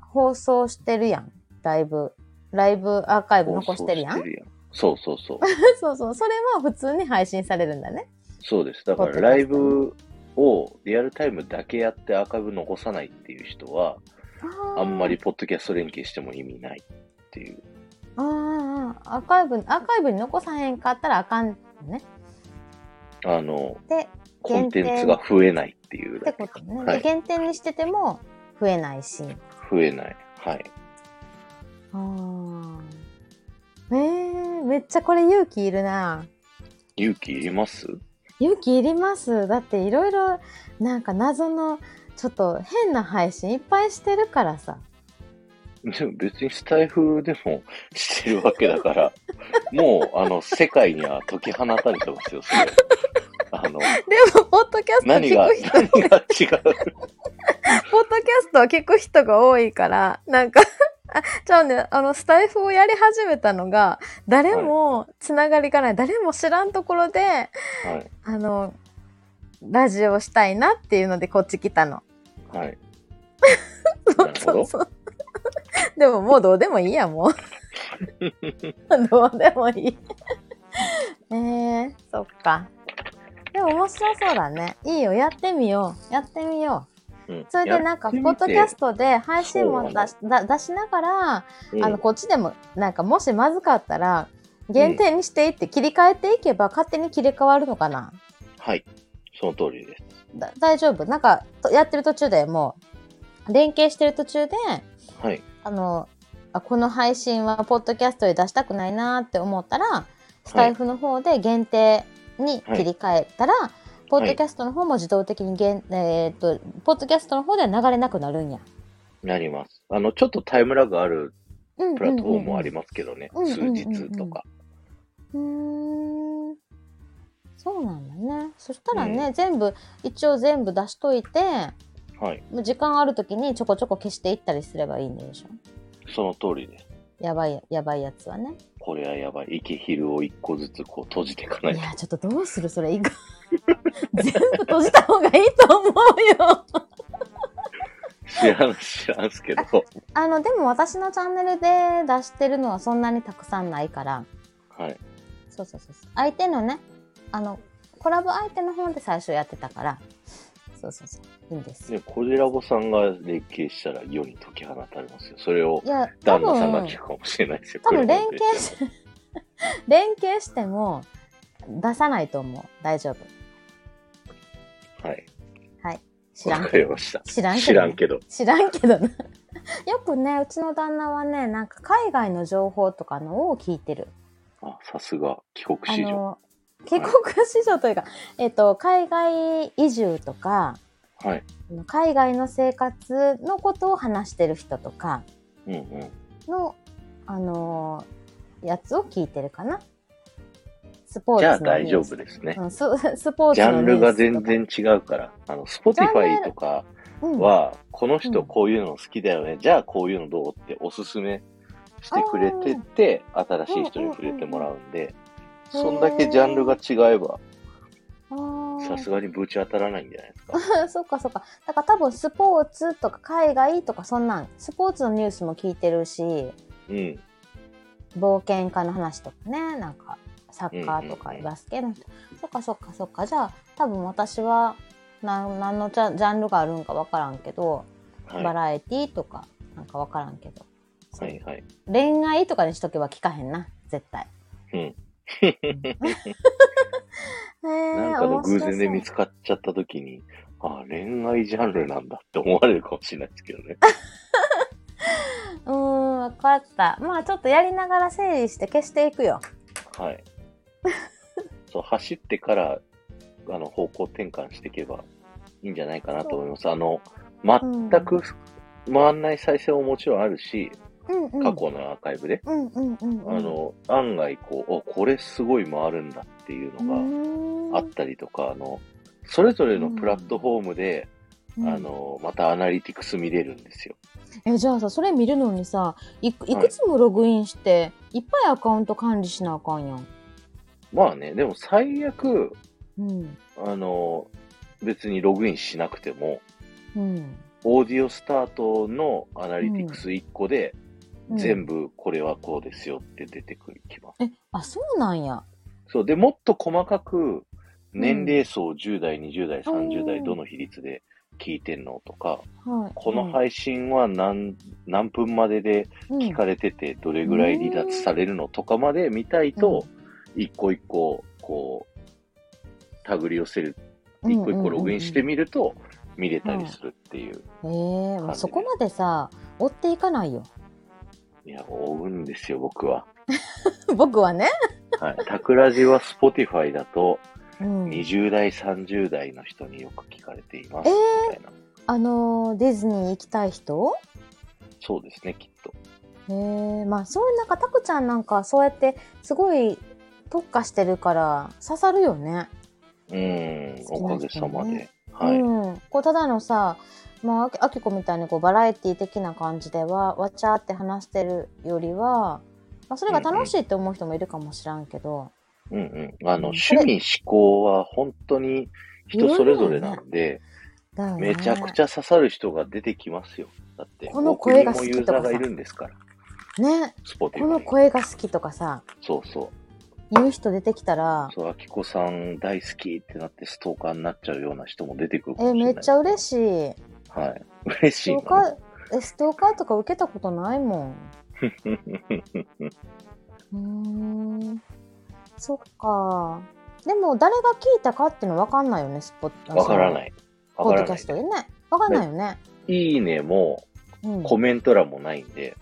S2: 放送してるやんライブライブアーカイブ残してるやん
S1: 放送そうそう そう。
S2: そうそうそれは普通に配信されるんだね
S1: そうです。だからライブをリアルタイムだけやってアーカイブ残さないっていう人は、あんまりポッドキャスト連携しても意味ないっていう。
S2: あーあーあーアーカイブアーカイブに残さへんかったらあかんのね
S1: あの、
S2: で
S1: コンテンツが増えないっていう
S2: っ
S1: だ
S2: て
S1: け
S2: こ
S1: か
S2: とね、
S1: はい
S2: で減点にしてても増えないし
S1: 増えない。はい。
S2: あーえー、めっちゃこれ勇気いるな
S1: 勇気いります
S2: 勇気いりますだっていろいろなんか謎のちょっと変な配信いっぱいしてるからさ
S1: でも別にスタイフでもしてるわけだ から、もう、あの、世界には解き放たれてますよ、そ れ。あの、
S2: でもポッドキャスト
S1: 何が、
S2: 聞く人
S1: 何が違う。
S2: ポッドキャストを聞く人が多いから、なんか、 あじゃあね、あの、スタイフをやり始めたのが、誰もつながりがない、誰も知らんところで、
S1: はい。
S2: あの、ラジオしたいなっていうので、こっち来たの。
S1: はい。
S2: そ
S1: な
S2: う
S1: るほ
S2: そう
S1: ど。
S2: そう。でももうどうでもいいや、も う。どうでもい い。えー、そっか。でも面白そうだね。いいよ、やってみよう。やってみよう。
S1: うん
S2: それでなんか、ポッドキャス、トで配信も出しだ出しながら、あ
S1: やってみ
S2: の、
S1: て
S2: こっちでも、なんか、もしまずかったら、限定にしていって切り替えていけば、勝手に切り替わるのか
S1: うん
S2: な
S1: はい。その通りです。
S2: だ大丈夫なんか、とやってる途中でもう、連携してる途中で、
S1: はい。
S2: あの、あこの配信は、ポッドキャストで出したくないなーって思ったら、スタイフの方で限定に切り替えたら、ポッドキャストの方も自動的に限、えーっと、ポッドキャストの方では流れなくなるんや。
S1: なります。あの、ちょっとタイムラグある
S2: プ
S1: プラットフォームもありますけどね。
S2: うんうんうん
S1: 数日とか。
S2: うーんそうなんだね。そしたらね、全部、一応全部出しといて、
S1: はい。
S2: もう時間ある時にちょこちょこ消していったりすればいいんでしょ
S1: その通りです。
S2: やばいや、やばいやつはね。
S1: これはやばい。池昼を一個ずつこう閉じていかないいと。
S2: や、ちょっとどうするそれ、いいか。 全部閉じた方がいいと思うよ。
S1: 知らん、知らんすけど。
S2: あの、でも私のチャンネルで出してるのはそんなにたくさんないから、
S1: はい。
S2: そうそうそうそう。相手のね、あの、コラボ相手の方で最初やってたから、そうそうそう。いいんですよ。
S1: で、コジラボさんが連携したら世に解き放たれますよ。それを
S2: いや、多
S1: 旦那さんが
S2: 分
S1: 聞、くかもしれないですよ。
S2: 多分
S1: これ
S2: 連
S1: も
S2: 携し、 連携しても出さないと思う。大丈夫。
S1: はい。
S2: 知らん
S1: わ
S2: け
S1: かり
S2: ど
S1: ま。した。
S2: 知らんけ
S1: 知
S2: ど
S1: ら
S2: ね
S1: ん。けど。
S2: 知らんけどな。 よくね、うちの旦那はね、なんか海外の情報とかのを聞いてる。
S1: あ、さすが、帰国
S2: あ
S1: 子女。
S2: の、帰国子女というか、えっと、海外移住とか、
S1: はい。
S2: あの海外の生活のことを話してる人とか
S1: うんうん。
S2: の、あのーやつを聞いてるかな。スポーツ
S1: じゃ
S2: の
S1: あ大丈夫
S2: で
S1: ですね。
S2: す、うんス。ス ポーツ
S1: ジャ
S2: の
S1: ン
S2: ニュー
S1: ル
S2: ス
S1: が全然違うから。あの、Spotify とか
S2: は
S1: は、この人
S2: うん
S1: こういうの好きだよね。じゃあこういうのどうっておすすめしてくれてて、新しい人に触れてもらうんで、
S2: うんうん
S1: そんだけジャンルが違えば、さす
S2: が。
S1: がにぶち当たらないんじゃないですか。
S2: そうかそうか。だから多分スポーツとか海外とかそんなん、スポーツのニュースも聞いてるし、
S1: うん。
S2: 冒険家の話とかねなんかサッカーとか
S1: うんうんうん
S2: バスケの人、そっかそっかそっかじゃあ多分私は何何のジャンジャンルがあるんか分からんけど、
S1: はい。
S2: バ
S1: は
S2: ラエティーとかなんか分からんけど、
S1: いはい。
S2: 恋愛とかにしとけば聞かへんな絶対。
S1: うん。
S2: ねえ
S1: なんかの偶然で見
S2: 面白
S1: つかっちゃった時に、あ、恋愛ジャンルなんだって思われるかもしれないですけど ね。
S2: そううーん分かったまあちょっとやりながら整理して消していくよ
S1: はい。そう、走ってから、あの、方向転換していけばいいんじゃないかなと思います。あの、全く回んない再生ももちろんあるし、
S2: うんうん
S1: 過去のアーカイブで、
S2: うんうんうんうん
S1: あの、案外こう、お、これすごい回るんだっていうのがあ
S2: あ
S1: ったりとか、あの、それぞれのプラットフォームで、あの、またアナリティクス見れるんですよ。
S2: えじゃあさそれ見るのにさいくいくつもログインして、い、っぱいアカウント管理しなあかんやん。
S1: まあね、でも最悪、
S2: うん
S1: あの、別にログインしなくても、
S2: うん
S1: オーディオスタートのアナリティクス1個で、
S2: うん、
S1: 全
S2: 部
S1: 部これはこうですよって出てくるきます。
S2: えあそうなんや。
S1: そう。で、もっと細かく、年齢層10代、20代、30
S2: う
S1: 代、
S2: ん
S1: どの比率で聞いてんのとか、
S2: はい、
S1: この配信は何、何分までで聞かれてて、どれぐらい離脱されるのとかまで見たいと、一個一個、こう、手繰り寄せる、一個一個ログインして
S2: み
S1: みると、見れたりするっていう。
S2: えーもうそこまでさ追っていかないよ
S1: いや、追うんですよ、僕は。
S2: 僕はね。
S1: はい。 タクラジは Spotify だと、
S2: うん、え
S1: 20代、30代の人によく聞かれています。
S2: えー
S1: みたいな。
S2: あのーディズニー行きたい人
S1: そうですね、きっと。
S2: えー、まあそういうなんかタクちゃんなんかそうやってすごい特化してるから刺さるよね。
S1: うーん、おかげさまで。はい。
S2: うん、こうただのさ、まあ、あきあきこみたいにこうバラエティ的な感じではわちゃーって話してるよりは、まあ、それが楽しいって思う人もいるかもしらんけど、
S1: うんうん。あの、
S2: うん
S1: 趣味、思考は本当に人それぞれなんで、
S2: だよね
S1: めちゃくちゃ刺さる人が出てきますよ。だって、
S2: この声が好
S1: 僕に
S2: き
S1: もユー
S2: とかさ
S1: ザーがいるんですから、
S2: ねこの
S1: Spotify。
S2: 声が好きとかさ
S1: そうそう。
S2: 言う人出てきたら
S1: そう、あきこさん大好きってなってストーカーになっちゃうような人も出てくるか
S2: え
S1: もしれない。
S2: めっちゃ嬉しい
S1: はい。嬉
S2: ス
S1: しい
S2: ト
S1: な
S2: ーカーえストーカーとか受けたことないもんうーんそっかでも誰が聞いたかっていうの分かんないよねスポッ ト
S1: わから
S2: い
S1: ない。
S2: ポ
S1: わ
S2: ッ
S1: から
S2: ドキ
S1: ない
S2: ャス。トでね分かんないよね、
S1: いいねも、
S2: うん、
S1: コメント欄もないんで、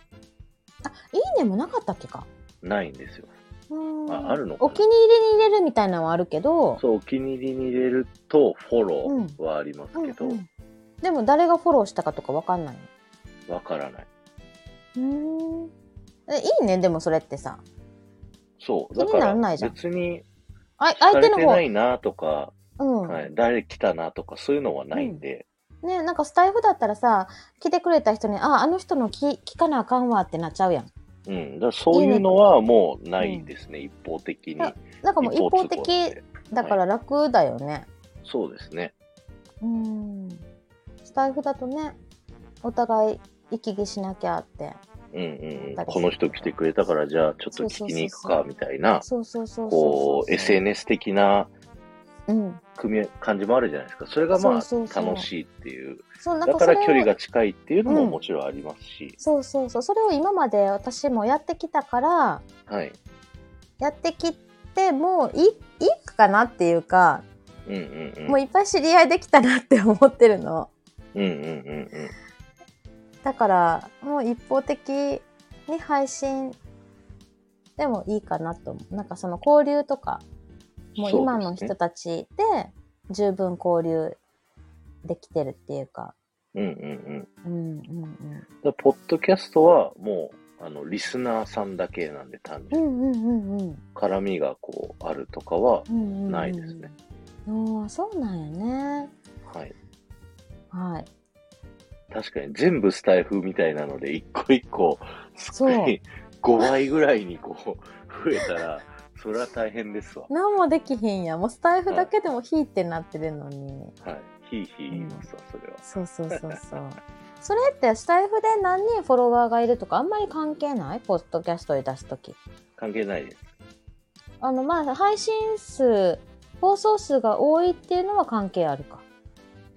S2: いいねもなかったっけか。
S1: ないんですよ。
S2: うーん
S1: ああるのかな
S2: お気に入りに入れるみたいなのはあるけど、
S1: そう、お気に入りに入れると、フォローはありますけど、
S2: うんうんでも誰がフォローしたかとかわかんない。
S1: わからない。
S2: うん。えいいね、でもそれってさ。
S1: そう。
S2: 気
S1: だ
S2: に
S1: か
S2: なら
S1: ら
S2: ないじゃん
S1: 別に、
S2: あ
S1: さ
S2: 相手
S1: れ
S2: の
S1: て
S2: 方
S1: ないなとか、
S2: うん、
S1: はい、誰来たなとか、そういうのはないんで、
S2: ねなんかスタイフだったらさ来てくれた人に「ああの人の聞聞かなあかんわ」ってなっちゃうやん
S1: うん、だからそういうのはもうないですね、一方的に。
S2: あなんかもう一方的
S1: 通行で
S2: だから楽だよね、
S1: そうですね。
S2: うんスタイフだとねお互い行き来しなきゃって
S1: うんうんう
S2: だ
S1: ん。
S2: から
S1: この人来てくれたから、じゃあちょっと聞きに行くか、みたいな、
S2: そうそうそうそ
S1: こ
S2: う
S1: う、SNS 的な
S2: うん
S1: 組み感じもあるじゃないですか。それがまあ
S2: そうそう、そう
S1: 楽しいっていう。
S2: そうなん
S1: だ
S2: か
S1: か
S2: そ
S1: ら
S2: れ
S1: 距離
S2: を
S1: が近いっていうの
S2: う
S1: も
S2: ん
S1: もちろんありますし、
S2: そうそうそうそれを今まで私もやってきたから
S1: はい。
S2: やってきてもういいいかなっていうか、
S1: うんうんうん。
S2: もういっぱい知り合いできたなって思ってるの
S1: うんうんうん
S2: だからもう一方的に配信でもいいかなと思うなんかその交流とか
S1: うん。
S2: もう
S1: そ
S2: 今の
S1: です
S2: 人
S1: ね
S2: たちで十分交流できてるっていうか
S1: うんうんうん。だか
S2: うんうん
S1: らポッドキャストはもう、あの、リスナーさんだけなんで単
S2: うん
S1: 純
S2: う
S1: に
S2: んうんうんうん
S1: 絡みがこうあるとかは、
S2: うんうんうん
S1: ないですね
S2: ああそうなんやね
S1: はい。
S2: はい
S1: 確かに全部スタイフみたいなので、一個一個、すっ
S2: そう
S1: ごい5倍ぐらいにこう、増えたら、それは大変ですわ。
S2: 何もできへんやんもうスタイフだけでもヒーってなってるのに
S1: はい。ひいひい言いますわ、それは。
S2: そうそうそうそう それってスタイフで何人フォロワーがいるとかあんまり関係ないポッドキャストに出す時
S1: 関係ないです。
S2: あのまあ配信数放送数が多いっていうのは関係あるか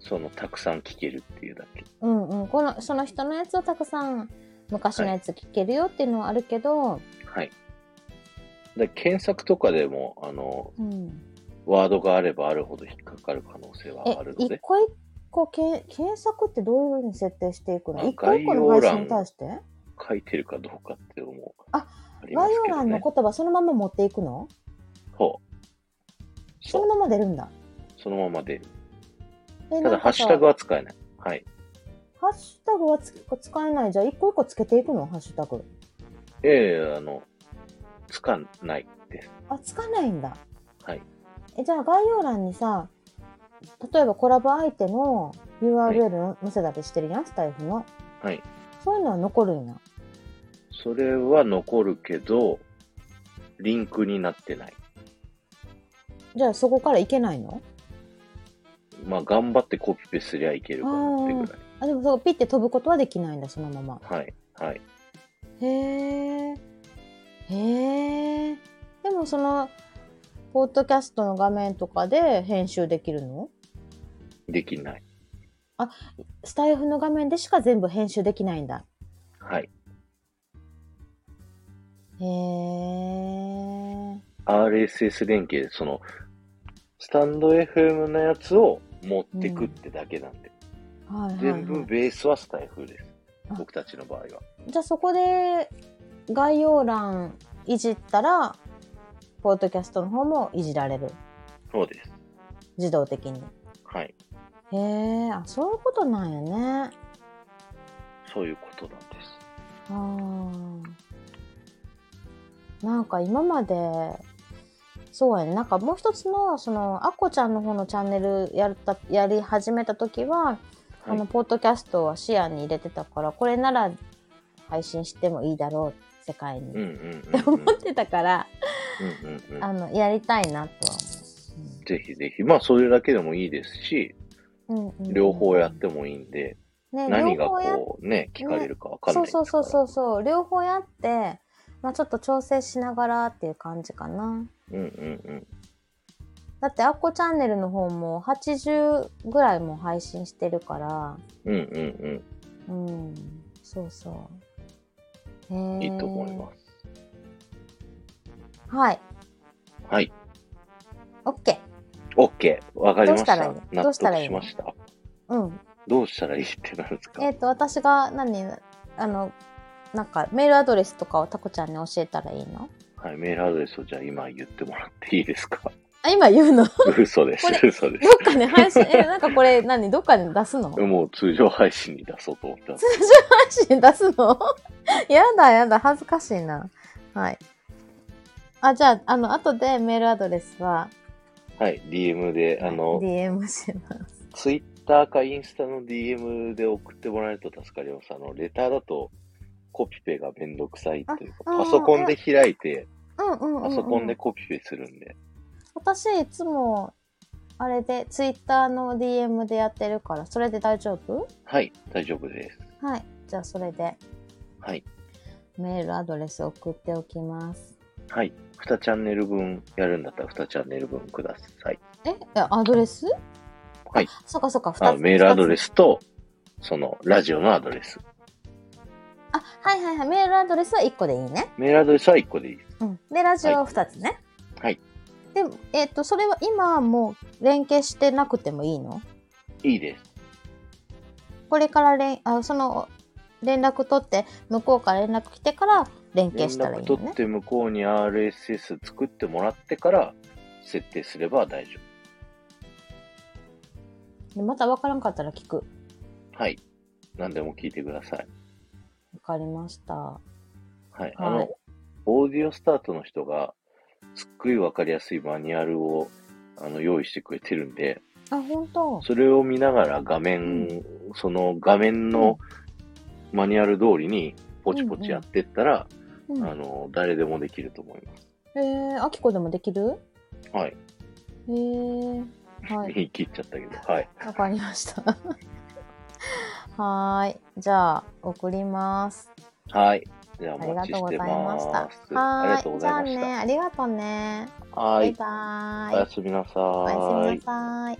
S1: その、たくさん聞けるっていうだけ。
S2: うんうんこのその人のやつをたくさん昔のやつ聞けるよっていうのはあるけど、
S1: はい。で検索とかでも、あの、
S2: うん、
S1: ワードがあればあるほど引っかかる可能性は
S2: え
S1: あるの
S2: 一
S1: で、
S2: 個一個けん検索ってどういうふうに設定していくの
S1: あ
S2: 一個一個の
S1: 概要
S2: 配
S1: 欄
S2: 信に対して
S1: 書いてるかどうかっていうのも
S2: あ
S1: りま
S2: 概
S1: す
S2: 要
S1: けど
S2: 欄の
S1: ね。
S2: 言葉そのまま持っていくの
S1: そう。
S2: そ
S1: そう
S2: のまま出るんだ
S1: そのままで。
S2: え
S1: た
S2: な
S1: だ、
S2: ん
S1: ハッ
S2: か
S1: シュ
S2: さ
S1: タグは使えない。はい。
S2: ハッシュタグはつ使えないじゃあ一個一個つけていくのハッシュタグ
S1: ええあの、つかないです。
S2: あつかないんだ
S1: はい。
S2: えじゃあ概要欄にさ例えばコラボ相手の URL の載せたりしてるやんスタイフの
S1: はい
S2: そういうのは残るんや
S1: それは残るけど、リンクになってない。
S2: じゃあそこからいけないの
S1: まあ、頑張ってコピペすりゃいけるかなってぐらい。
S2: あでもそうピッて飛ぶことはできないんだそのまま
S1: はい。はい。
S2: へえへえでもそのポッドキャストの画面とかで編集できるの
S1: できない。
S2: スタイフの画面でしか全部編集できないんだ
S1: はい。
S2: へえ
S1: RSS 連携で、その、スタンド FM のやつを持ってくってだけなんで。
S2: はいはい、は
S1: 全
S2: い、
S1: 部ベースはスタイフです
S2: あ。
S1: 僕たちの場合は。
S2: じゃあそこで概要欄いじったら、ポッドキャストの方もいじられる。
S1: そうです。
S2: 自動的に。
S1: はい。
S2: へえ、あ、そういうことなんやね。
S1: そういうことなんです。
S2: あーなんか今まで、そうやね。なんかもう一つの、その、アッコちゃんの方のチャンネルやった、やり始めた時は、あ
S1: はい
S2: の、ポッドキャストは視野に入れてたから、これなら配信してもいいだろう、世界
S1: うん
S2: に。っ
S1: うんうん
S2: て
S1: うん。
S2: 思ってたから、
S1: うんうんうん
S2: あの、やりたいなとは
S1: ぜひぜひ。まあ、それだけでもいいですし、
S2: 思う。うんうん
S1: 両方やってもいいんで、
S2: ね
S1: 何が
S2: 両方やっ
S1: こうね、聞かれるかわかんないです
S2: そ
S1: か
S2: う
S1: ら。
S2: そうそうそうそう、両方やって、まあちょっと調整しながらっていう感じかな。
S1: うんうん
S2: だって、アッコチャンネルの方も80ぐらいも配信してるから、
S1: うん。うんうん
S2: うん、そうそう。
S1: うん。
S2: へ。
S1: いいと思います
S2: はい、
S1: す。はい。
S2: OK。
S1: OK。わかりまし
S2: ど
S1: た
S2: うしたらいい。の
S1: 納得しま
S2: どうしたらいいの
S1: した。
S2: うん。
S1: どうしたらいいってなんですか
S2: えっ、と、私が何、あの、なんかメールアドレスとかをタコちゃんに教えたらいいの
S1: はい。メールアドレスをじゃあ今言ってもらっていいですか
S2: あ、今言 うのど
S1: 嘘です
S2: これ。
S1: 嘘です。
S2: っかね、配信、え、なんかこれ何、どっかに出すの
S1: もう通常配信に出そうと思ったんです。
S2: 配信出すのやだやだ、恥ずかしいな。はい。あ、じゃあ、あの、後でメールアドレスは、
S1: はい、DM で、あの、
S2: DM します。
S1: ツイッターかインスタの DM で送ってもらえると助かります。あの、レターだとコピペがめんどくさいというか、
S2: ああー
S1: パソコンで開いて、
S2: うんうんうん、うん。
S1: パソコンでコピペするんで。
S2: 私、いつも、あれで、ツイッターの DM でやってるから、それで大丈夫
S1: はい、大丈夫です。
S2: はい。じゃあ、それで、
S1: はい。
S2: メールアドレス送っておきます。
S1: はい。2チャンネル分やるんだったら2チャンネル分ください。
S2: えいやアドレス
S1: はい。
S2: そうかそうか、
S1: あ
S2: 二つ。
S1: メールアドレ
S2: ス。
S1: スと、その、ラジオのアドレス。
S2: あ、はいはいはい。メールアドレスは1個でいいね。
S1: メールアドレスは1個でいいです。
S2: うん。で、ラジオは2つね。
S1: はい。
S2: で、えっ、と、それは今はもう連携してなくてもいいの
S1: いいです。
S2: これから連、あ、その、連絡取って、向こうから連絡来てから連
S1: 連
S2: 携したら
S1: 絡
S2: いいの
S1: 取っ
S2: ね。
S1: て向こうに RSS 作ってもらってから設定すれば大丈
S2: でまた分からんかったら聞く。
S1: 夫。はい。何でも聞いてください。
S2: わかりました。
S1: はい。あ
S2: はい
S1: の、オーディオスタートの人が、すっごいわかりやすいマニュアルをあの用意してくれてるんで、
S2: あ、本当。
S1: それを見ながら画面、その画面のマニュアル通りにポチポチやってったら、
S2: うん、
S1: あの、誰でもできると思います。
S2: えー、あきこでもできる
S1: はい。
S2: えー、はい。
S1: 言い切っちゃったけど、はい。
S2: わかりました。 はーい。じゃあ、送ります。
S1: はい。じゃあ、お
S2: あり
S1: 待
S2: が
S1: ち
S2: とう
S1: し
S2: ござ
S1: て
S2: いまし
S1: ま
S2: た。
S1: す。あり
S2: は
S1: がとう
S2: ー
S1: ご
S2: い。じ
S1: ざい
S2: ゃあ
S1: まし
S2: ね、ありがとうね。
S1: た。は
S2: バ
S1: い
S2: イ。バ
S1: お
S2: ー
S1: や
S2: イ。
S1: すみなさ
S2: おやす
S1: ー
S2: み
S1: い
S2: な。さい。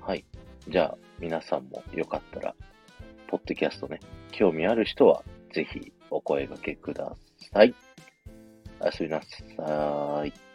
S1: はい。じゃあ、皆さんもよかったら、ポッドキャストね、興味ある人は、ぜひお声掛けください。おやすみなさーい。